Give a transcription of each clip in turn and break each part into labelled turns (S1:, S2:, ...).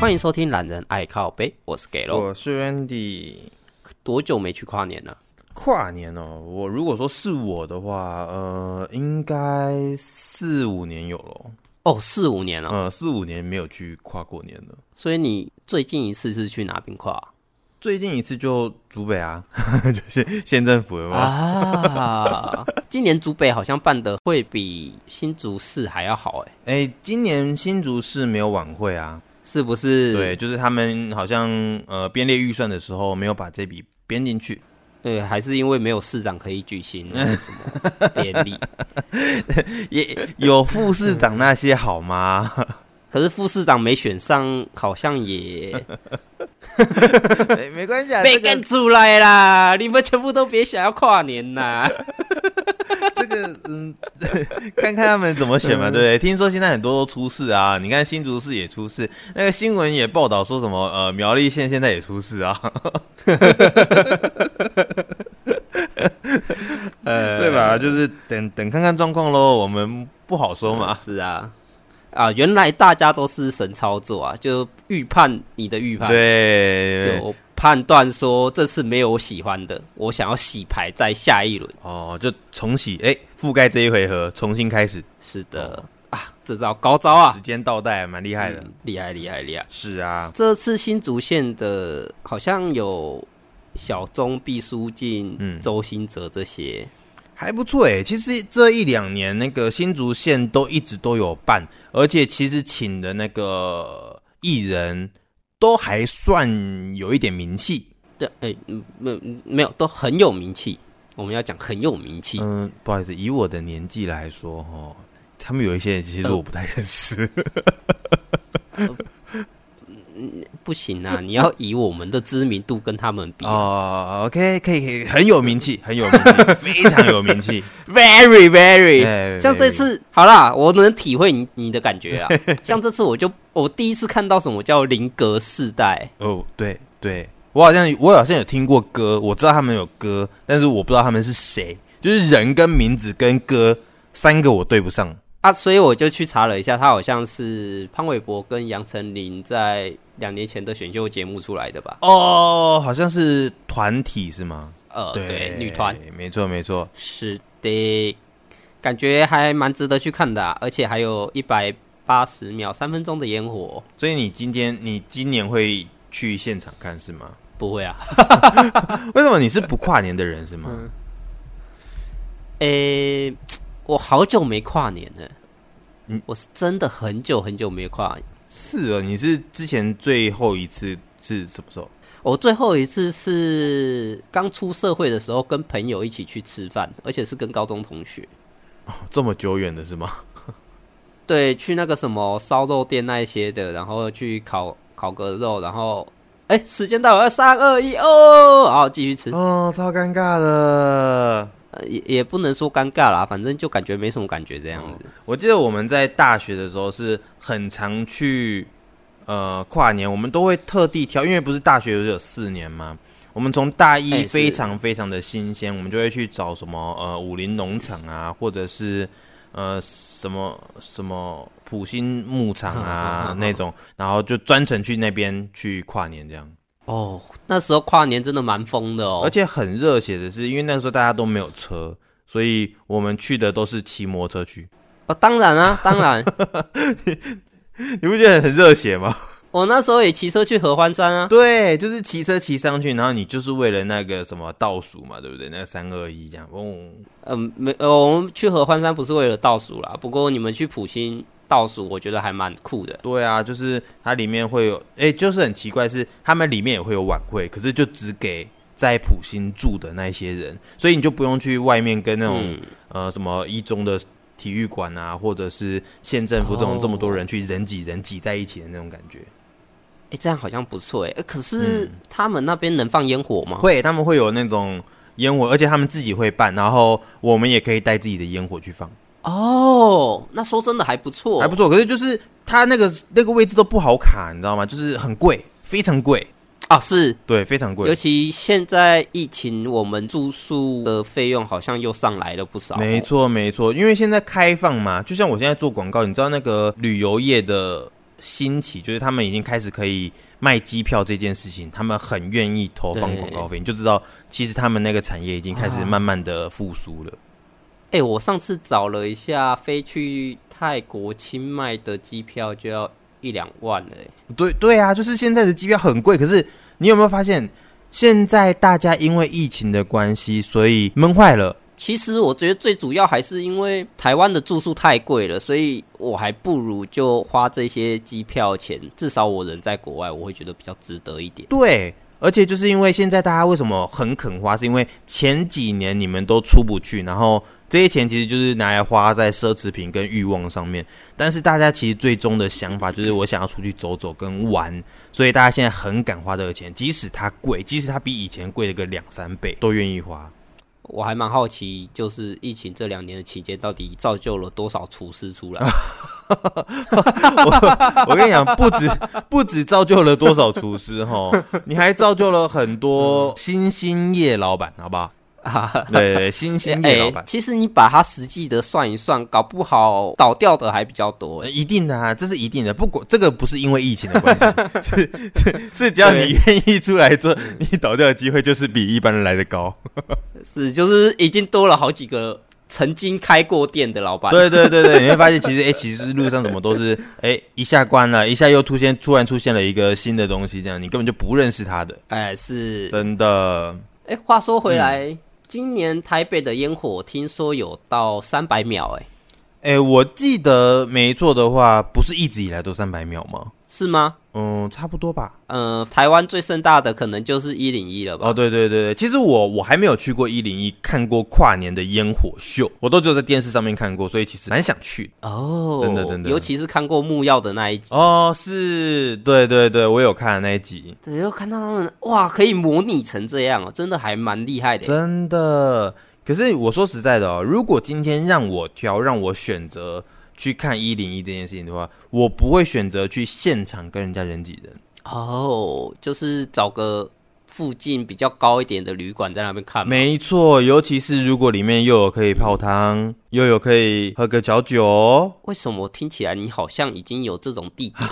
S1: 欢迎收听《懒人爱靠背》，我是给喽。
S2: 我是 Andy。
S1: 多久没去跨年了？
S2: 跨年哦，我如果说是我的话，呃，应该四五年有了，
S1: 哦，四五年了。
S2: 呃，四五年没有去跨过年了。
S1: 所以你最近一次是去哪边跨
S2: 最近一次就竹北啊， 就是县政府有没有？
S1: 啊？ 今年竹北好像办的会比新竹市还要好，哎，
S2: 哎、今年新竹市没有晚会啊，
S1: 是不是？
S2: 对，就是他们好像呃编列预算的时候没有把这笔编 进去，
S1: 对，还是因为没有市长可以举 行那个什么典礼。
S2: 也有副市长那些 好吗？
S1: 可是副市长没选上，好像也
S2: 哎没关系啊，
S1: 被
S2: 这
S1: 干
S2: 个
S1: 出来啦！你们全部都别想要跨年啦！
S2: 这个嗯， 看看他们怎么选
S1: 嗯
S2: 嘛，对不对？听说现在很多都出事啊，你看新竹市也出事，那个新闻也报道说什么呃苗栗县现在也出事啊，
S1: 呃
S2: 对吧？就是等等看看状况喽，我们不好说嘛。
S1: 是啊，啊，原来大家都是神操作啊，就预判你的预判，，
S2: 对，
S1: 就判断说这次没有我喜欢的，我想要洗牌在下一轮。
S2: 哦，就重洗，哎、覆盖这一回合，重新开始，
S1: 是的、啊，这招高招啊
S2: 时，间倒带，蛮哦厉害的。
S1: 嗯厉害厉害厉害！
S2: 是啊，
S1: 这次新竹县的好像有小钟、毕书尽、
S2: 嗯
S1: 周兴哲这些，
S2: 还不错哎、其实这一两年那个新竹县都一直都有办，而且其实请的那个艺人都还算有一点名气。
S1: 对，哎、嗯没没有，都很有名气。我们要讲很有名气，
S2: 嗯，不好意思，以我的年纪来说，哦，他们有一些人其实我不太认识。
S1: 不行啊！你要以我们的知名度跟他们比啊、
S2: 哦，OK，可以，可以，很有名气，很有名气，非常有名气。
S1: very very，、
S2: 哎
S1: 像这次好啦，我能体会你你的感觉 啊。像这次我就我第一次看到什么叫林格世代，
S2: 哦，对对，我好像我好像有听过歌，我知道他们有歌，但是我不知道他们是谁，就是人跟名字跟歌三个我对不上。
S1: 啊，所以我就去查了一下，他好像是潘玮柏跟杨丞琳在两年前的选秀节目出来的吧？
S2: 哦，好像是团体是吗？
S1: 呃，
S2: 对，
S1: 对，女团，
S2: 没错没错。
S1: 是的，感觉还蛮值得去看的、啊，而且还有一百八十秒三分钟的烟火，
S2: 所以你今天你今年会去现场看是吗？
S1: 不会啊？
S2: 为什么你是不跨年的人是吗？
S1: 嗯诶、我好久没跨年了。
S2: 嗯
S1: 我是真的很久很久没跨年。
S2: 是哦，你是之前最后一次是什么时候？哦
S1: 我最后一次是刚出社会的时候，跟朋友一起去吃饭，而且是跟高中同学。
S2: 哦这么久远的是吗？
S1: 对，去那个什么烧肉店那一些的，然后去烤烤个肉，然后哎、时间到了，三二一哦，好，继续吃。
S2: 哦，超尴尬的。
S1: 呃也也不能说尴尬啦，反正就感觉没什么感觉这样子。
S2: 我记得我们在大学的时候是很常去，呃，跨年我们都会特地挑，因为不是大学不是有四年嘛，我们从大
S1: 哎
S2: 一
S1: 是
S2: 非常非常的新鲜，我们就会去找什么呃武林农场啊，或者是呃什么什么普星牧场 啊那种，然后就专程去那边去跨年这样，
S1: 哦，那时候跨年真的蛮疯的哦
S2: 而。且很热血的是，因为那个时候大家都没有车，所以我们去的都是骑摩托车去，
S1: 哦，当然啊，当然，
S2: 你不觉得很热血吗？
S1: 我那时候也骑车去合欢山啊。
S2: 对，就是骑车骑上去，然后你就是为了那个什么倒数嘛，对不对？那三二一这样，哦嗡、
S1: 嗯，没，呃，我们去合欢山不是为了倒数啦，不过你们去普星倒数，我觉得还蛮酷的。
S2: 对啊，就是它里面会有，哎、就是很奇怪，是他们里面也会有晚会，可是就只给在普星住的那些人，所以你就不用去外面跟那种、
S1: 嗯，
S2: 呃什么一中的体育馆啊，或者是县政府这种、
S1: 哦
S2: 这么多人去人挤人挤在一起的那种感觉。
S1: 哎、这样好像不错哎、呃可是
S2: 嗯
S1: 他们那边能放烟火吗？
S2: 会，他们会有那种烟火，而且他们自己会办，然后我们也可以带自己的烟火去放。
S1: 哦，那说真的还不错，
S2: 还不错。可是就是它那个那个位置都不好卡，你知道吗？就是很贵，非常贵，
S1: 啊，是。
S2: 对，非常
S1: 尤
S2: 贵。
S1: 其现在疫情，我们住宿的费用好像又上来了不少、
S2: 没，错，没错，因为现在开放嘛，就像我现在做广告，你知道那个旅游业的兴起，就是他们已经开始可以卖机票这件事情，他们很愿意投放广告费，你就知道其实他们那个产业已经开
S1: 啊
S2: 始慢慢的复苏了。
S1: 哎、我上次找了一下，飞去泰国清迈的机票就要一两万了、欸。
S2: 对对啊，就是现在的机票很贵，可是你有没有发现，现在大家因为疫情的关系，所以闷坏了。
S1: 其实我觉得最主要还是因为台湾的住宿太贵了，所以我还不如就花这些机票钱，至少我人在国外，我会觉得比较值得一点。
S2: 对，而且就是因为现在大家为什么很肯花，是因为前几年你们都出不去，然后这些钱其实就是拿来花在奢侈品跟欲望上面。但是大家其实最终的想法就是我想要出去走走跟玩，所以大家现在很敢花这个钱，即使它贵，即使它比以前贵了个两三 倍，都愿意花。
S1: 我还蛮好奇，就是疫情这两年的期间，到底造就了多少厨师 出来？
S2: 我我跟你讲，不止不止造就了多少厨师哈，你还造就了很多新兴业老板，好不 好？对对，新兴业老板、
S1: 其实你把它实际的算一算，搞不好倒掉的还比较多、
S2: 呃
S1: 欸。
S2: 一定的啊，这是一定的。不过这个不是因为疫情的关系，是是是，只要你愿意出来做，你倒掉的机会就是比一般人来的高。
S1: 是，就是已经多了好几个曾经开过店的老板。
S2: 对对对对，你会发现其实哎、其实路上怎么都是哎、一下关了，一下又突现突然出现了一个新的东西，这样你根本就不认识他的，
S1: 哎、是。
S2: 真的。
S1: 哎、话说回来，
S2: 嗯
S1: 今年台北的烟火听说有到三百秒、哎，
S2: 哎、我记得没错的话，不是一直以来都三百秒吗？
S1: 是吗？
S2: 嗯，差不多吧。
S1: 呃，台湾最盛大的可能就是一零一了吧？
S2: 哦，对对对对，其实我我还没有去过一零一看过跨年的烟火秀，我都只有在电视上面看过，所以其实蛮想去的。
S1: 哦，
S2: 真的真的
S1: 尤其是看过木曜的那一集，
S2: 哦，是，对对对，我有看那一集，
S1: 对，又看到他们哇，可以模拟成这样哦，真的还蛮厉害的。
S2: 真的。可是我说实在的哦，如果今天让我挑，让我选择去看一零一这件事情的话，我不会选择去现场跟人家人挤人。
S1: 哦，就是找个附近比较高一点的旅馆在那边看嘛。
S2: 啊没错，尤其是如果里面又有可以泡汤，又有可以喝个小酒。
S1: 为什么听起来你好像已经有这种地点？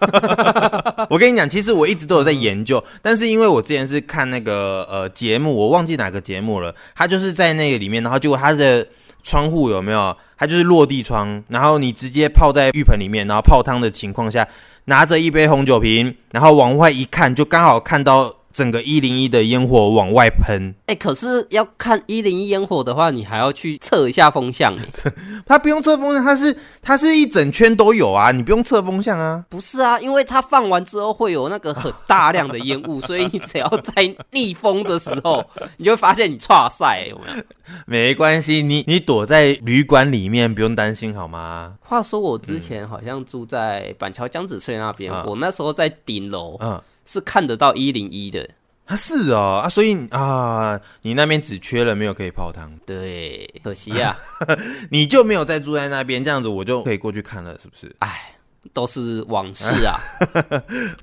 S2: 我跟你讲，其实我一直都有在研究，但是因为我之前是看那个呃节目，我忘记哪个节目了，他就是在那个里面，然后结果他的窗户有没有？它就是落地窗，然后你直接泡在浴盆里面，然后泡汤的情况下，拿着一杯红酒瓶，然后往外一看，就刚好看到整个一零一的烟火往外喷。
S1: 哎、可是要看一零一烟火的话，你还要去测一下风向。哎
S2: 它不用测风向，它是它是一整圈都有啊，你不用测风向啊。
S1: 不是啊，因为它放完之后会有那个很大量的烟 雾，所以你只要在逆风的时候， 你就会发现你岔赛。有没有？
S2: 没关系，你你躲在旅馆里面不用担心好吗？
S1: 话说我之前好像住在板桥江子翠那边，
S2: 嗯
S1: 我那时候在顶楼
S2: 嗯，
S1: 是看得到一零一的。
S2: 啊是哦啊，所以啊，你那边只缺了没有可以泡汤，
S1: 对，可惜 啊，
S2: 你就没有再住在那边，这样子我就可以过去看了，是不是？啊
S1: 都是往事 啊。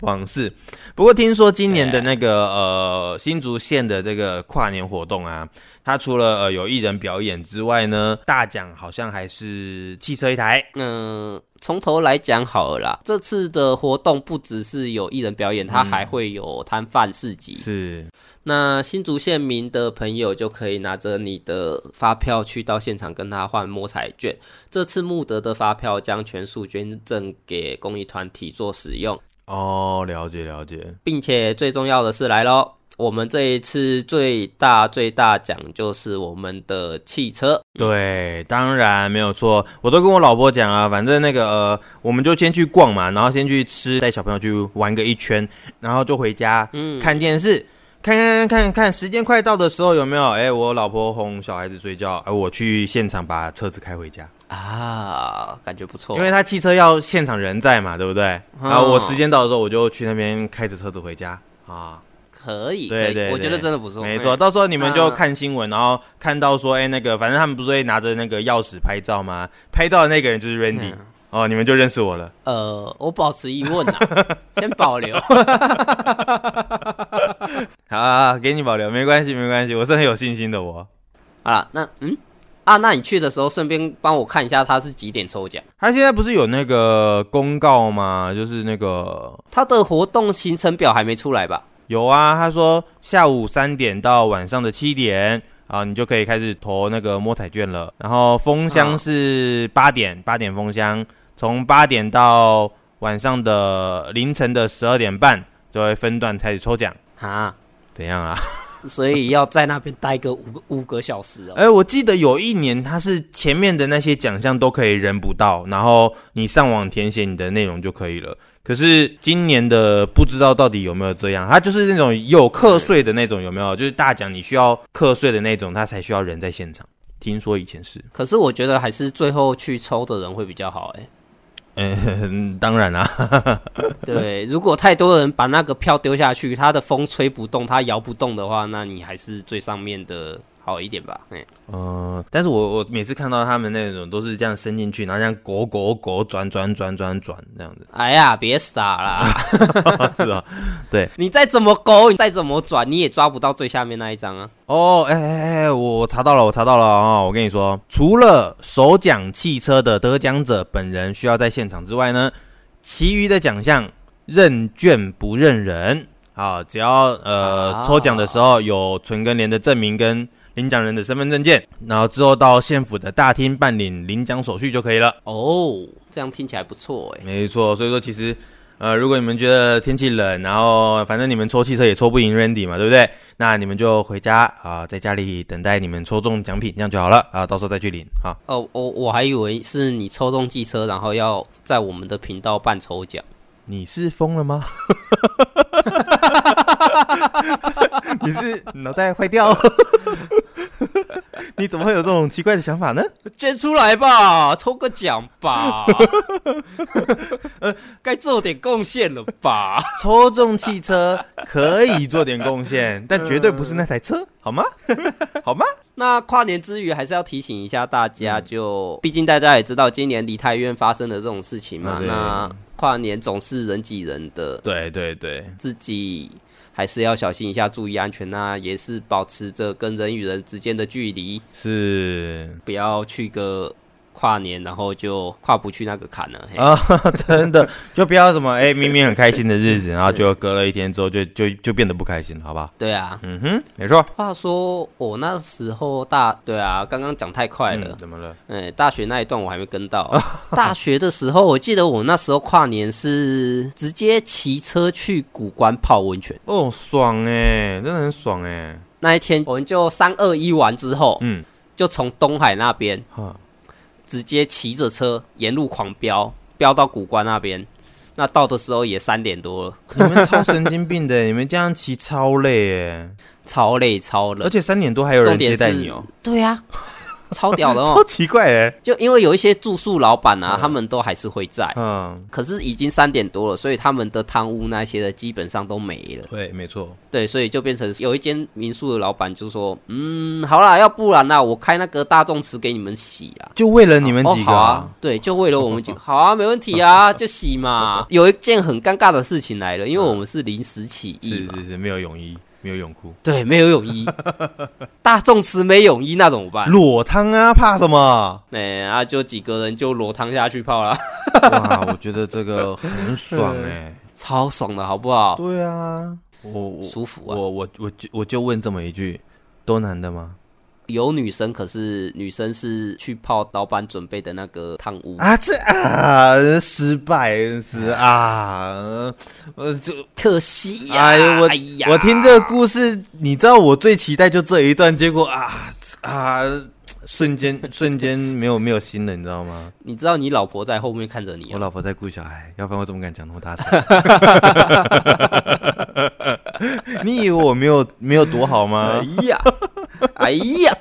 S2: 往事。不过听说今年的那个呃新竹县的这个跨年活动啊，它除了呃有艺人表演之外呢，大奖好像还是汽车一台。
S1: 嗯，从头来讲好了啦。这次的活动不只是有艺人表演，它还会有摊贩市集。
S2: 是，
S1: 那新竹县民的朋友就可以拿着你的发票去到现场跟他换摸彩券。这次穆德的发票将全数捐赠给公益团体做使用，
S2: 哦，了解了解。
S1: 并且最重要的是来喽。我们这一次最大最大奖就是我们的汽车，
S2: 对，当然没有错，我都跟我老婆讲啊，反正那个呃，我们就先去逛嘛，然后先去吃，带小朋友去玩个一圈，然后就回家，嗯，看电视，看看看看看，时间快到的时候有没有？哎，我老婆哄小孩子睡觉，哎，我去现场把车子开回家，
S1: 啊，感觉不错
S2: 因。为他汽车要现场人在嘛，对不对？
S1: 哦
S2: 然后我时间到的时候，我就去那边开着车子回家啊。
S1: 可以，
S2: 对
S1: 可
S2: 对
S1: 以，我觉
S2: 对
S1: 得真的不错，
S2: 没
S1: 嗯
S2: 错，到时候你们就
S1: 嗯
S2: 看新闻，然后看到说，哎、那个，反正他们不是会拿着那个钥匙拍照吗？拍到的那个人就是 Randy，、哦，你们就认识我了。
S1: 呃，我保持疑 问啊，先保留。
S2: 好好好，给你保留，没关系，没关系，我是很有信心的我。
S1: 好了，那嗯，啊，那你去的时候顺便帮我看一下他是几点抽奖。
S2: 他现在不是有那个公告吗？就是那个
S1: 他的活动行程表还没出来吧？
S2: 有啊，他说下午三点到晚上的七点啊，你就可以开始投那个摸彩券了。然后封箱是八点，八、点封箱，从八点到晚上的凌晨的十二点半就会分段开始抽奖。
S1: 啊，
S2: 怎样啊？
S1: 所以要在那边待个五个五个小时哦。
S2: 哎、我记得有一年他是前面的那些奖项都可以人不到，然后你上网填写你的内容就可以了。可是今年的不知道到底有没有这样，他就是那种有课税的那种，有没有？就是大奖你需要课税的那种，他才需要人在现场。听说以前是，
S1: 可是我觉得还是最后去抽的人会比较好哎、
S2: 嗯，当然啦、
S1: 对，如果太多人把那个票丢下去，他的风吹不动，他摇不动的话，那你还是最上面的好一点吧。哎，
S2: 嗯，但是我我每次看到他们那种都是这样伸进去，然后这样狗狗狗转转转转转 这样子，
S1: 哎呀，别傻啦！
S2: 是吧？
S1: 你再怎么勾，你再怎么转，你也抓不到最下面那一张啊。
S2: 哦，哎哎哎，我我查到了，我查到了啊、哦！我跟你说，除了首奖汽车的得奖者本人需要在现场之外呢，其余的奖项认券不认人啊，只要呃、
S1: 啊
S2: 抽奖的时候有存跟联的证明跟领奖人的身份证件，然后之后到县府的大厅办理领奖手续就可以了。
S1: 哦，这样听起来不错哎、
S2: 没错，所以说其实，呃，如果你们觉得天气冷，然后反正你们抽汽车也抽不赢 Randy 嘛，对不对？那你们就回家啊、在家里等待你们抽中奖品，这样就好了啊、到时候再去领啊。
S1: 哦，我、我还以为是你抽中机车，然后要在我们的频道办抽奖。
S2: 你是疯了吗？ 你是脑袋坏掉？ 你怎么会有这种奇怪的想法呢？
S1: 捐出来吧，抽个奖吧， 呃该做点贡献了吧？
S2: 抽中汽车可以做点贡献，但绝对不是那台车，好吗？ 好吗？
S1: 那跨年之余，还是要提醒一下大家
S2: 嗯
S1: 就，毕竟大家也知道今年梨泰院发生的这种事情嘛
S2: 啊，对
S1: 那跨年总是人挤人的，
S2: 对对对，
S1: 自己还是要小心一下，注意安全呐、也是保持着跟人与人之间的距离，
S2: 是
S1: 不要去个跨年，然后就跨不去那个坎了。嘿
S2: 啊， 真的，就不要什么哎、明明很开心的日子，然后就隔了一天之后就就就变得不开心，好吧？
S1: 对啊，
S2: 嗯哼，没错。
S1: 话说我那时候大，对啊，刚刚讲太快了
S2: 嗯，，怎么了？
S1: 哎、大学那一段我还没跟 到。大学的时候，我记得我那时候跨年是直接骑车去古关泡温泉。
S2: 哦，爽哎、真的很爽哎、
S1: 那一天，我们就三二一完之后，
S2: 嗯，
S1: 就从东海那边
S2: 哈，
S1: 直接骑着车沿路狂飙，飙到古关那边。那到的时候也三点多了，
S2: 你们超神经病 的、你们这样骑超累哎、
S1: 超累超
S2: 而
S1: 冷。
S2: 且三点多还有人
S1: 重点
S2: 接
S1: 是
S2: 待你哦、
S1: 对啊，超屌的 哦
S2: 超。奇怪哎、
S1: 就因为有一些住宿老板啊，他们都还是会在，
S2: 嗯，
S1: 可是已经三点多了，所以他们的汤屋那些的基本上都没了。
S2: 对，没错，
S1: 对，所以就变成有一间民宿的老板就说：“嗯，好啦，要不然啦，我开那个大众池给你们洗啊。”
S2: 就为了你们几
S1: 哦
S2: 个、
S1: 好啊，对，就为了我们 几个，好啊，没问题啊，就洗嘛。有一件很尴尬的事情来了，因为我们是临时起意
S2: 嗯是
S1: 嘛，
S2: 是是，没有泳衣，没有泳裤，
S1: 对，没有泳 衣，大众池没泳衣，那怎么办？
S2: 裸汤啊，怕什么？
S1: 哎、啊，就几个人就裸汤下去泡啦，
S2: 哇，我觉得这个很爽哎、
S1: 超爽的好不好？
S2: 对啊，我我
S1: 舒服啊！
S2: 我我我就我就问这么一句，都男的吗？
S1: 有女生，可是女生是去泡老板准备的那个汤屋，
S2: 啊，这啊失败真是啊，呃就
S1: 可惜呀、
S2: 哎呦我
S1: 哎呀
S2: 我听这个故事，你知道我最期待就这一段，结果啊啊瞬 间瞬间没有没有心了，你知道吗？
S1: 你知道你老婆在后面看着你、
S2: 我
S1: 哦，
S2: 老婆在顾小孩，要不然我怎么敢讲那么大声？ 你以为我没有没有多好吗？
S1: 哎呀， 哎呀！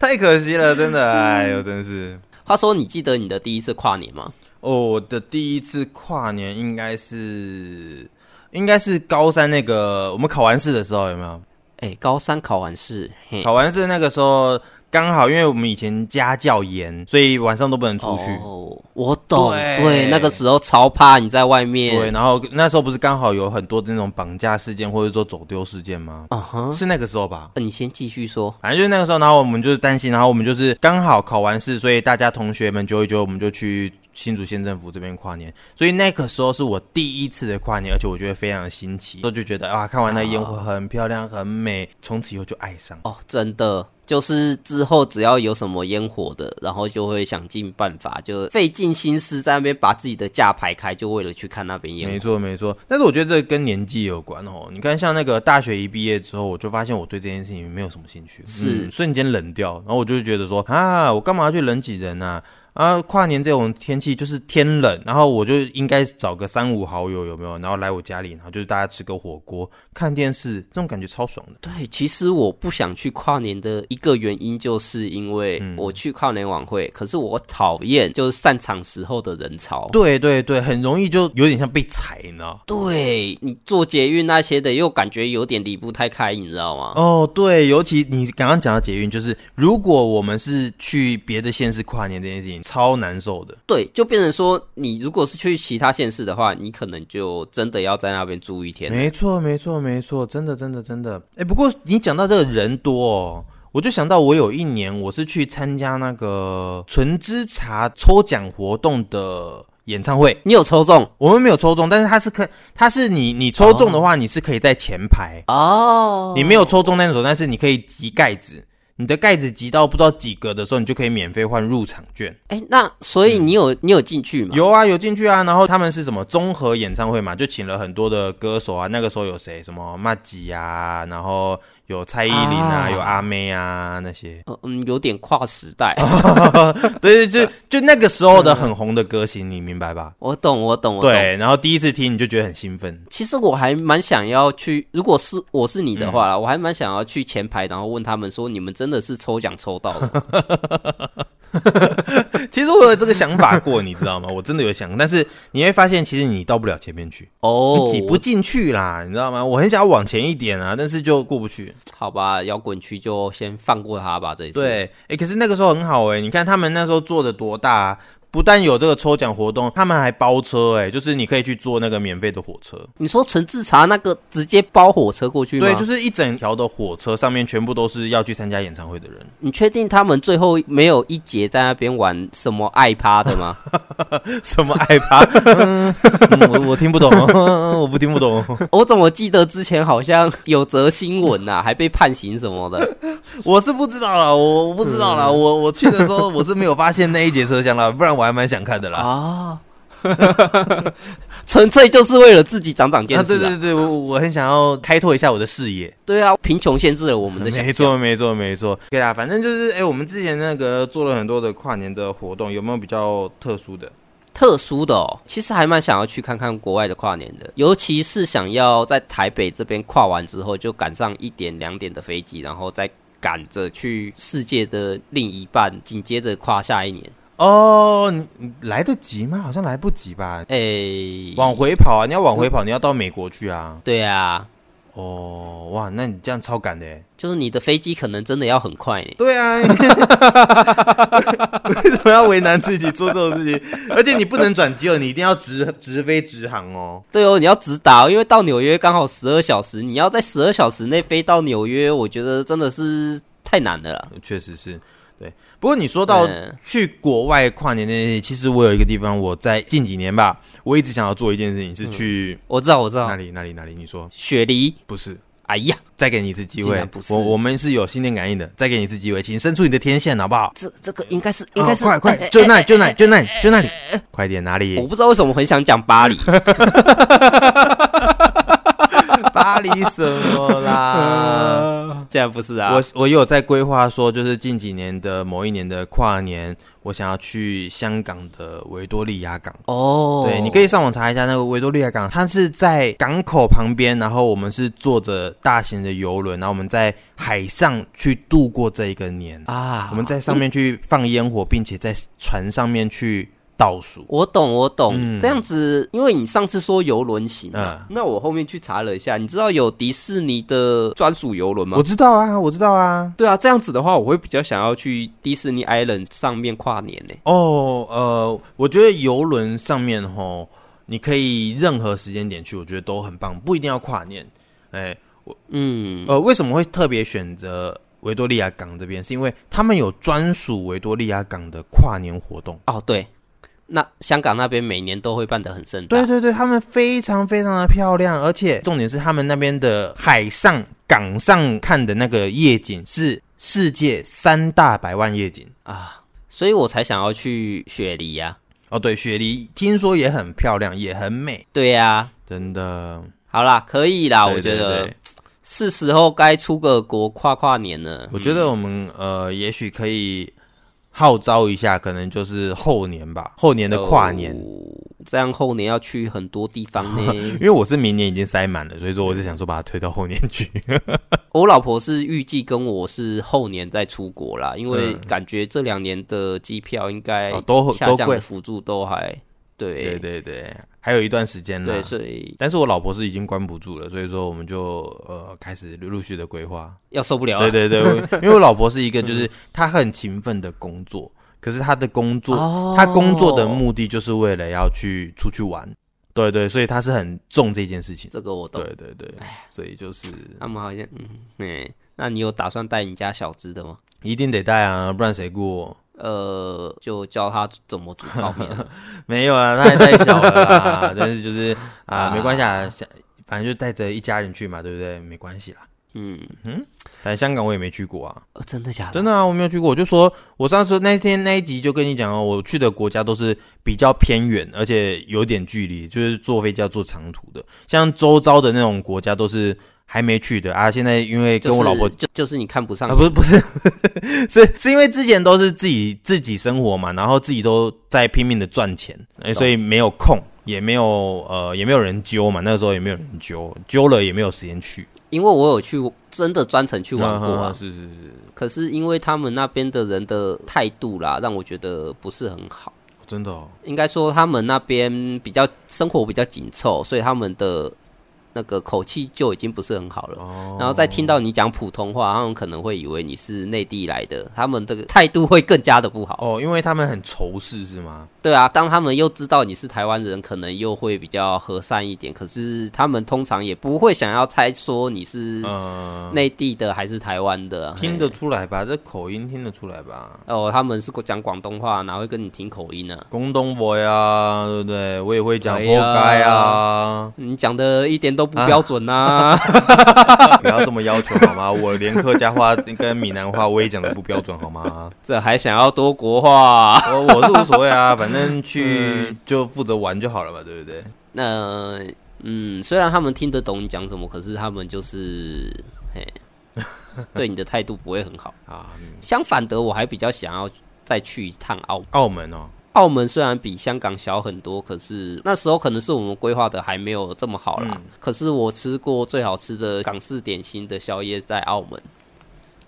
S2: 太可惜了，真的，哎呦，真是。
S1: 话说，你记得你的第一次跨年吗？
S2: 哦，我的第一次跨年应该是，应该是高三那个我们考完试的时候，有没有？
S1: 哎、高三考完试，嘿，
S2: 考完试那个时候，刚好因为我们以前家教严，所以晚上都不能出去。
S1: 哦，我懂，
S2: 对
S1: 对，那个时候超怕你在外
S2: 对，
S1: 面，
S2: 然后那时候不是刚好有很多的那种绑架事件，或者说走丢事件吗？
S1: 啊哈，
S2: 是那个时候吧？
S1: 呃你先继续说。
S2: 反正就是那个时候，然后我们就是担心，然后我们就是刚好考完试，所以大家同学们揪一揪，我们就去新竹县政府这边跨年。所以那个时候是我第一次的跨年，而且我觉得非常的新奇，我就觉得啊，看完那烟火很漂亮，很美，从此以后就爱上。
S1: 哦，真的，就是之后只要有什么烟火的，然后就会想尽办法，就费尽心思在那边把自己的假排开，就为了去看那边烟
S2: 没
S1: 火。
S2: 错没错，但是我觉得这跟年纪有关哦。你看，像那个大学一毕业之后，我就发现我对这件事情没有什么兴趣，
S1: 是
S2: 嗯、瞬间冷掉。然后我就觉得说啊，我干嘛要去冷几人啊？啊，跨年这种天气就是天冷，然后我就应该找个三五好友有没有，然后来我家里，然后就是大家吃个火锅、看电视，这种感觉超爽的。
S1: 对，其实我不想去跨年的一个原因，就是因为
S2: 嗯
S1: 我去跨年晚会，可是我讨厌就是散场时候的人潮。
S2: 对对对，很容易就有点像被踩，你知道吗？
S1: 对你坐捷运那些的，又感觉有点离不太开，你知道吗？
S2: 哦，对，尤其你刚刚讲到捷运，就是如果我们是去别的县市跨年这件事情，超难受的。
S1: 对，就变成说，你如果是去其他县市的话，你可能就真的要在那边住一天。
S2: 没错，没错，没错，真的，真的，真的。哎、不过你讲到这个人多、哦，我就想到我有一年我是去参加那个纯之茶抽奖活动的演唱会，
S1: 你有抽中
S2: 我们没有抽中，但是它是可，它是你你抽中的话，你是可以在前排，
S1: 哦？
S2: 你没有抽中那种，但是你可以集盖子。你的盖子集到不知道几格的时候，你就可以免费换入场券。
S1: 哎、那所以你有、你有进去吗？
S2: 嗯有啊，有进去啊。然后他们是什么综合演唱会嘛，就请了很多的歌手啊。那个时候有谁？什么麦吉啊，然后有蔡依林啊，
S1: 啊
S2: 有阿妹啊那些。
S1: 呃嗯，有点跨时 代。
S2: 哦对对，就就那个时候的很红的歌星，你明白吧？
S1: 我懂，我懂，我懂。
S2: 对，然后第一次听你就觉得很兴奋。
S1: 其实我还蛮想要去，如果是我是你
S2: 嗯
S1: 的话啦，我还蛮想要去前排，然后问他们说，你们真的是抽奖抽到 的吗？
S2: 其实我有这个想法过，你知道吗？我真的有想，但是你会发现，其实你到不了前面去，
S1: 哦
S2: 你，挤不进去啦，你知道吗？我很想要往前一点啊，但是就过不去。
S1: 好吧，摇滚区就先放过他吧，这一次。，
S2: 对，哎、可是那个时候很好哎、你看他们那时候做的多大、啊，不但有这个抽奖活动，他们还包车哎、就是你可以去坐那个免费的火车，
S1: 你说纯制茶那个直接包火车过去吗？
S2: 对，就是一整条的火车上面全部都是要去参加演唱会的人，
S1: 你确定他们最后没有一节在那边玩什么爱趴的吗？
S2: 什么爱吧、 嗯嗯我我听不懂， 嗯我不听不懂，
S1: 我怎么记得之前好像有则新闻呐、还被判刑什么的。
S2: 我是不知道啦，我我不知道啦，我我去的时候我是没有发现那一节车厢啦，不然我还蛮想看的啦。
S1: 啊， 纯粹就是为了自己长长见
S2: 啊，
S1: 识
S2: 对
S1: 啊！
S2: 对对，我我很想要开拓一下我的视野。
S1: 对啊，贫穷限制了我们的想
S2: 没
S1: 象。
S2: 错，没错，没错。对啦，反正就是，哎、我们之前那个做了很多的跨年的活动，有没有比较特殊的？
S1: 特殊的哦，其实还蛮想要去看看国外的跨年的，尤其是想要在台北这边跨完之后，就赶上一点两点的飞机，然后再赶着去世界的另一半，紧接着跨下一年。
S2: 哦，你你来得及吗？好像来不及吧。
S1: 诶、
S2: 往回跑啊！你要往回跑，你要到美国去啊！
S1: 哎对啊，
S2: 哦，哇，那你这样超赶的欸。
S1: 就是你的飞机可能真的要很快呢。
S2: 对啊，为什么要 为难自己做这种事情？而且你不能转机哦，你一定要直直飞直航哦。
S1: 对哦，你要直达哦，因为到纽约刚好十二小时，你要在十二小时内飞到纽约，我觉得真的是太难了啦。
S2: 确实是。对，不过你说到
S1: 嗯
S2: 去国外跨年那件事情，其实我有一个地方，我在近几年吧，我一直想要做一件事情，
S1: 嗯
S2: 是去
S1: 我知道，我知
S2: 哪
S1: 道，
S2: 里哪里哪里？你说
S1: 雪梨，
S2: 不是？
S1: 哎呀，
S2: 再给你一次机
S1: 竟
S2: 会
S1: 然不，是
S2: 我我们是有心电感应的，再给你一次机会，请伸出你的天线，好不好？
S1: 这这个应该是应该是、
S2: 哦快 快，就那里就那里就那里就那里，快点哪
S1: 我
S2: 里？
S1: 不知道为什么很想讲巴黎，
S2: 巴黎什么啦？
S1: 竟然不是啊
S2: 我，我有在规划说，就是近几年的某一年的跨年，我想要去香港的维多利亚港。
S1: 哦，
S2: 对，你可以上网查一下那个维多利亚港，它是在港口旁边，然后我们是坐着大型的游轮，然后我们在海上去度过这一个年，
S1: 啊，
S2: 我们在上面去放烟火，并且在船上面去倒数。
S1: 我懂，我懂。这样子，因为你上次说游轮行嘛，
S2: 嗯
S1: 那我后面去查了一下，你知道有迪士尼的专属游轮吗
S2: 我？知道啊，我知道啊。
S1: 对啊，这样子的话，我会比较想要去迪士尼 Island 上面跨年呢、
S2: 哦，呃，我觉得游轮上面吼，你可以任何时间点去，我觉得都很棒，不一定要跨年。哎、
S1: 嗯，
S2: 呃，为什么会特别选择维多利亚港这边？是因为他们有专属维多利亚港的跨年活动。
S1: 哦对，那香港那边每年都会办得很盛大。
S2: 对对对，他们非常非常的漂亮，而且重点是他们那边的海上港上看的那个夜景是世界三大百万夜景。
S1: 啊，所以我才想要去雪梨啊呀、
S2: 哦，对，雪梨听说也很漂亮，也很美，
S1: 对呀、
S2: 真的。
S1: 好啦，可以啦，
S2: 对
S1: 啊我觉
S2: 对
S1: 得
S2: 对
S1: 是时候该出个国跨跨年了。
S2: 我觉得我们呃，也许可以号召一下，可能就是后年吧，后年的跨年。
S1: 哦这样后年要去很多地方呢
S2: 因。为我是明年已经塞满了，所以说我是想说把它推到后年去。
S1: 我老婆是预计跟我是后年再出国啦，因为感觉这两年的机票应该
S2: 嗯哦都
S1: 下
S2: 都
S1: 降
S2: 贵
S1: 的幅度都还对
S2: 对对嗯对，还有一段时间呢。
S1: 对，所以
S2: 但是我老婆是已经关不住了，所以说我们就呃开始陆陆续的规划。
S1: 要受不了啊
S2: 对
S1: 了。
S2: 对对，我因为我老婆是一个就是她很勤奋的工作，可是她的工作、
S1: 哦
S2: 她工作的目的就是为了要去出去玩。对对，所以她是很重这件事情。
S1: 这个我懂
S2: 对。对对，所以就是
S1: 他们好像嗯嗯，那你有打算带你家小只的吗？
S2: 一定得带啊，不然谁顾我？
S1: 呃，就教他怎么煮泡面了。
S2: 没有啊，那也太小了啦。但是就是啊，
S1: 啊
S2: 没关系啊，想反正就带着一家人去嘛，对不对？没关系啦。
S1: 嗯，
S2: 反正香港我也没去过啊，
S1: 呃真的假的？
S2: 真的啊，我没有去过。我就说我上次那天那一集就跟你讲哦，我去的国家都是比较偏远，而且有点距离，就是坐飞机要坐长途的。像周遭的那种国家都是还没去的啊。现在因为跟我老婆
S1: 就是、就就是你看不上
S2: 啊，不是不是，是 是因为之前都是自己自己生活嘛，然后自己都在拼命的赚钱，哎、所以没有空，也没有呃，也没有人揪嘛，那个时候也没有人揪，揪了也没有时间去
S1: 因为我有去真的专程去玩过
S2: 嗯
S1: 啊，
S2: 是是是，
S1: 可是因为他们那边的人的态度啦，让我觉得不是很好。
S2: 真的哦，
S1: 应该说他们那边比较生活比较紧凑，所以他们的那个口气就已经不是很好了。
S2: 哦
S1: 然后再听到你讲普通话，他们可能会以为你是内地来的，他们这个态度会更加的不好。
S2: 哦，因为他们很仇视是吗？
S1: 对啊，当他们又知道你是台湾人，可能又会比较和善一点。可是他们通常也不会想要猜说你是
S2: 嗯、
S1: 内地的还是台湾的。
S2: 听
S1: 嘿
S2: 得出来吧，这口音听得出来吧。
S1: 哦，他们是讲广东话，哪会跟你听口音啊呢、
S2: 广东话呀，对不对？我也会讲
S1: 哎
S2: 破
S1: 呀
S2: 街啊，
S1: 你讲的一点都不标准啊呐、
S2: 不要这么要求好吗？我连客家话跟闽南话我也讲的不标准好吗？
S1: 这还想要多国话？
S2: 我我是无所谓啊，反正去就负责玩就好了嘛，对不对？
S1: 那、嗯，虽然他们听得懂你讲什么，可是他们就是嘿， 对你的态度不会很好。
S2: 啊，嗯
S1: 相反的，我还比较想要再去一趟澳门
S2: 澳门哦，
S1: 澳门虽然比香港小很多，可是那时候可能是我们规划的还没有这么好
S2: 嗯
S1: 啦。可是我吃过最好吃的港式点心的宵夜在澳门，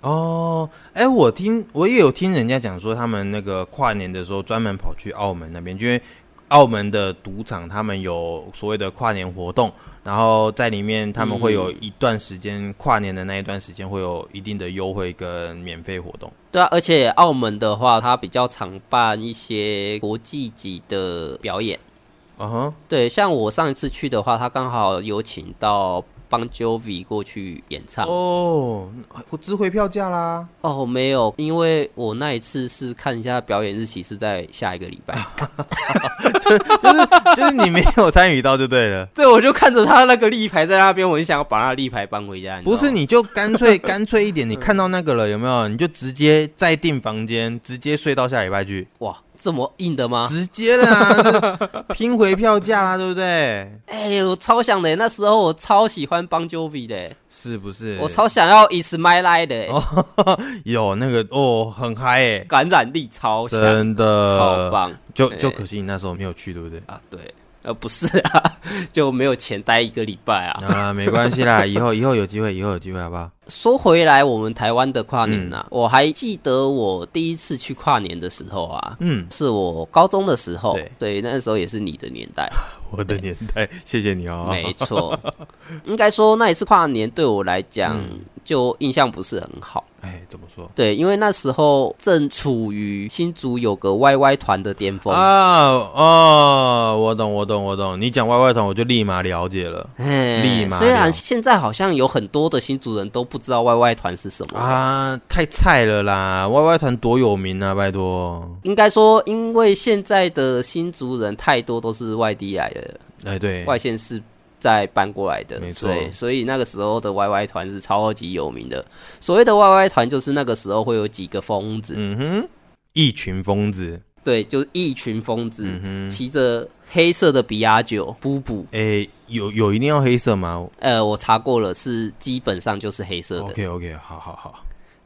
S2: 哦，哎，我听我也有听人家讲说，他们那个跨年的时候专门跑去澳门那边，因为澳门的赌场他们有所谓的跨年活动，然后在里面他们会有一段时间跨年的那一段时间会有一定的优惠跟免费活动。
S1: 对啊，而且澳门的话，它比较常办一些国际级的表演。
S2: 嗯哼，
S1: 对，像我上一次去的话，他刚好有请到邦 Jovi 过去演唱。哦
S2: 哦，我值回票价啦。
S1: 没有，因为我那一次是看一下表演日期是在下一个礼拜，
S2: 就是你没有参与到就对了。
S1: 对，我就看着他那个立牌在那边，我很想要把那立牌搬回家。你知道
S2: 不
S1: 吗
S2: 是，你就 干脆干脆一点，你看到那个了有没有？你就直接再订房间，直接睡到下礼拜去，
S1: 哇，这么硬的吗？
S2: 直接了啊，这 拼回票价啦，对不对？
S1: 哎、我超想的，那时候我超喜欢邦 Jovi 的，
S2: 是不是？
S1: 我 超想要 Is My Life 的，
S2: 哦有那个哦，很嗨诶、
S1: 感染力超强，
S2: 真的
S1: 超棒
S2: 就
S1: 对
S2: 就可惜你那时候没有去，对不对？
S1: 啊！对，呃，不是啊， 就没有钱待一个礼拜啊。
S2: 啊，没关 系啦，以后以后有机会，以后有机会，好不好？
S1: 说回来，我们台湾的跨年
S2: 嗯
S1: 啊，我还记得我第一次去跨年的时候啊，
S2: 嗯，
S1: 是我高中的时候
S2: 对，
S1: 对，那时候也是你的年代，
S2: 我的年代，谢谢你哦。
S1: 没错。应该说那一次跨年对我来讲，
S2: 嗯
S1: 就印象不是很好。
S2: 哎，怎么说
S1: 对，因为那时候正处于新竹有个 YY 团的巅峰，
S2: 啊？哦，我懂，我懂，我懂。你讲 YY 团，我就立马了解了
S1: 哎
S2: 立马
S1: 虽然
S2: 了
S1: 现在好像有很多的新主人都不知道 YY 团是什么，
S2: 啊！太菜了啦！YY 团多有名啊，拜托。
S1: 应该说因为现在的新族人太多都是外地来的，
S2: 哎，对，
S1: 外县市再搬过来的，
S2: 没错
S1: 对所以那个时候的 YY 团是超级有名的。所谓的 YY 团就是那个时候会有几个疯子，
S2: 嗯哼，一群疯子。
S1: 对，就是一群疯子
S2: 嗯哼，
S1: 骑着、黑色的比亚九布布，
S2: 哎，有有一定要黑色吗
S1: 呃，我查过了，是基本上就是黑色的，
S2: ？OK OK，好好好。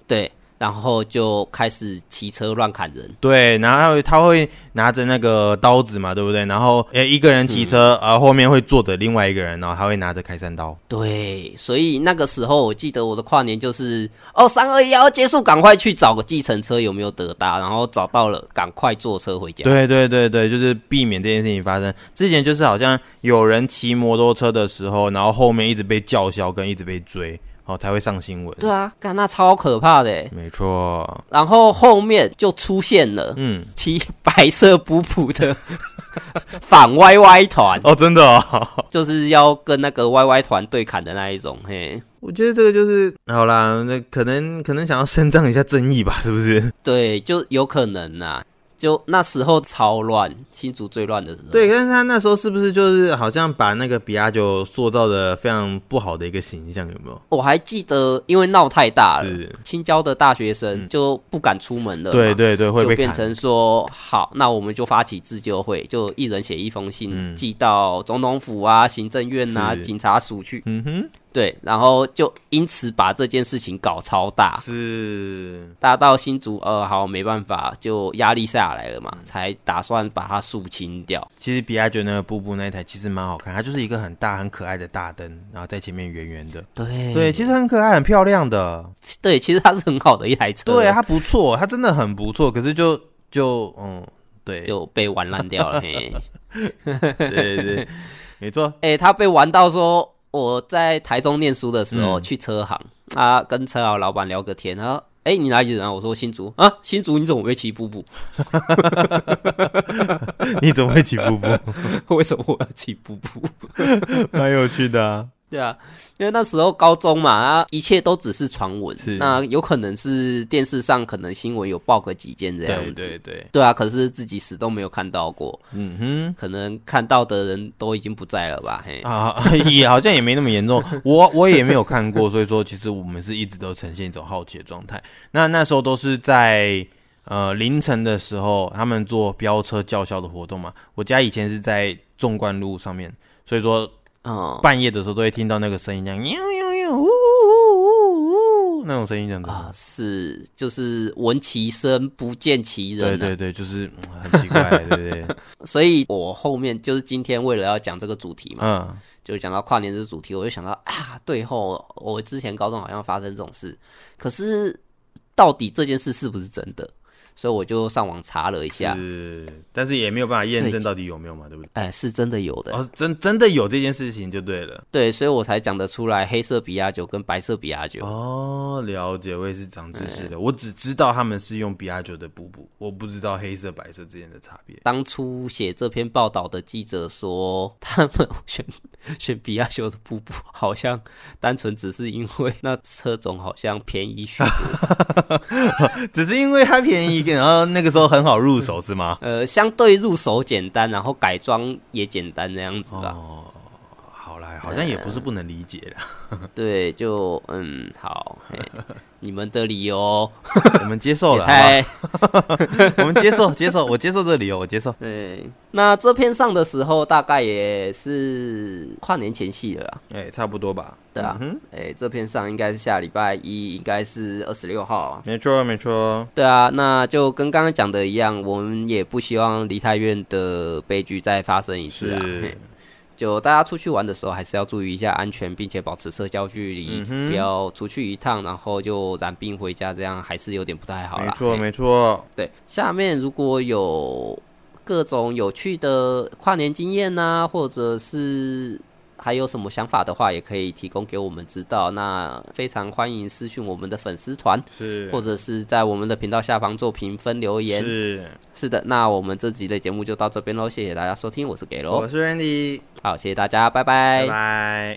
S1: 对，然后就开始骑车乱砍人。
S2: 对，然后他会他会拿着那个刀子嘛，对不对？然后诶，一个人骑车，
S1: 嗯
S2: 呃，后面会坐着另外一个人，然后他会拿着开山刀。
S1: 对，所以那个时候我记得我的跨年就是哦，三二一要结束，赶快去找个计程车有没有得搭，然后找到了，赶快坐车回家。
S2: 对对对对，就是避免这件事情发生。之前就是好像有人骑摩托车的时候，然后后面一直被叫嚣跟一直被追，哦，才会上新闻。
S1: 对啊，干那超可怕的欸。
S2: 没错，
S1: 然后后面就出现了
S2: 嗯，
S1: 骑白色补普的 反 YY 团，
S2: 哦，真的、哦，
S1: 就是要跟那个 YY 团对砍的那一种。嘿，
S2: 我觉得这个就是好啦，那可能可能想要伸张一下正义吧，是 不是？
S1: 对，就有可能呐、就那时候超乱，新竹最乱的时候。
S2: 对，但是他那时候是不是就是好像把那个比亚九塑造的非常不好的一个形象，有没有？
S1: 我还记得，因为闹太大了
S2: 是，嗯
S1: 青椒的大学生就不敢出门了嘛，
S2: 对对对，会
S1: 就
S2: 被
S1: 变
S2: 砍。
S1: 成说，好，那我们就发起自救会，就一人写一封信，
S2: 嗯
S1: 寄到总统府啊、行政院啊、
S2: 是
S1: 警察署去，
S2: 嗯哼，
S1: 对，然后就因此把这件事情搞超大，
S2: 是，
S1: 大到新竹，呃，好，没办法，就压力下来了
S2: 嗯
S1: 嘛，才打算把它肃清掉。
S2: 其实比亚九那个布布那一台其实蛮好看，它就是一个很大很可爱的大灯，然后在前面圆圆的。
S1: 对
S2: 对，其实很可爱，很漂亮的。
S1: 对，其实它是很好的一台车，
S2: 对，它不错，它真的很不错。可是就就嗯，对，
S1: 就被玩烂掉了。嘿，
S2: 对对 对，没错。
S1: 哎、他被玩到说我在台中念书的时候、
S2: 嗯
S1: 去车行啊，跟车行老板聊个天，他说：“哎、你哪里人啊？”我说：“新竹啊，新竹你怎么会骑布布？
S2: 你怎么会骑布布？
S1: 为什么我要骑布布
S2: 蛮有趣的啊。？”
S1: 对啊，因为那时候高中嘛，啊，一切都只是传闻
S2: 是，
S1: 那有可能是电视上可能新闻有报个几件这样子，
S2: 对对对，
S1: 对啊，可是自己始终没有看到过，
S2: 嗯哼。
S1: 可能看到的人都已经不在了吧？嘿，
S2: 啊， 也好像也没那么严重，我我也没有看过，所以说其实我们是一直都呈现一种好奇的状态。那那时候都是在呃凌晨的时候，他们做飙车叫嚣的活动嘛。我家以前是在纵贯路上面，所以说
S1: 嗯
S2: 半夜的时候都会听到那个声音，这样喵喵喵，呜呜呜呜呜那种声音，这样子。
S1: 啊，是，就是闻其声不见其人、啊，
S2: 对对对，就是、嗯很奇怪，对不对？
S1: 所以我后面就是今天为了要讲这个主题嘛，
S2: 嗯，
S1: 就讲到跨年这个主题，我就想到啊，对吼，我之前高中好像发生这种事，可是到底这件事是不是真的？所以我就上网查了一下，
S2: 是，但是也没有办法验证
S1: 对
S2: 到底有没有嘛，对不对？
S1: 哎，是真的有的，
S2: 哦，真真的有这件事情就对了。
S1: 对，所以我才讲得出来黑色比亚酒跟白色比亚酒。
S2: 哦，了解，我也是长知识的。我只知道他们是用 B R 九的布布，我不知道黑色白色之间的差别。
S1: 当初写这篇报道的记者说，他们选选 比亚修的瀑布，好像单纯只是因为那车种好像便宜 许多，
S2: 只是因为它便宜，然后那个时候很好入手，是吗？哦
S1: 呃，相对入手简单，然后改装也简单那样子吧。
S2: 好啦，好像也不是不能理解 啦。
S1: 对，就嗯好， 嘿你们的理由
S2: 我们接受
S1: 也
S2: 了，好吧
S1: 太
S2: 我们接受接受，我接受这个理由，我接受。
S1: 对。那这篇上的时候，大概也是跨年前夕了啦，
S2: 哎，差不多吧。嗯
S1: 对啊，哎、这篇上应该是下礼拜一，应该是二十六号啊。
S2: 没错没错，
S1: 对啊，那就跟刚刚讲的一样，我们也不希望梨泰院的悲剧再发生一次啊。嘿
S2: 是
S1: 就大家出去玩的时候，还是要注意一下安全，并且保持社交距
S2: 嗯
S1: 离，不要出去一趟然后就染病回家，这样还是有点不太好啦。
S2: 没错
S1: 嘿
S2: 没错。
S1: 对，下面如果有各种有趣的跨年经验呐、或者是还有什么想法的话，也可以提供给我们知道。那非常欢迎私讯我们的粉丝团，
S2: 是
S1: 或者是在我们的频道下方做评分留言。啊是
S2: 是，
S1: 的，那我们这集的节目就到这边喽，谢谢大家收听，我是给
S2: 我
S1: 喽，
S2: 是 Randy，
S1: 好，谢谢大家，拜拜
S2: 拜拜。